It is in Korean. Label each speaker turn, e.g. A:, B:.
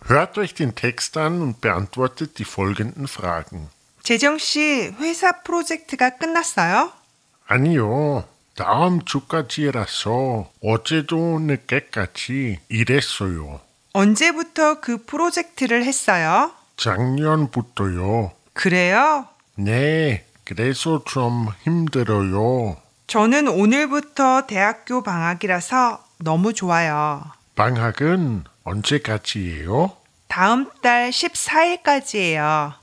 A: Hört euch den Text an und beantwortet die folgenden Fragen.
B: 재정 씨, 회사 프로젝트가 끝났어요?
A: 아니요. 다음 주까지라서 어제도 늦게까지 일했어요.
B: 언제부터 그 프로젝트를 했어요?
A: 작년부터요.
B: 그래요?
A: 네, 그래서 좀 힘들어요.
B: 저는 오늘부터 대학교 방학이라서 너무 좋아요.
A: 방학은 언제까지예요?
B: 다음 달 14일까지예요.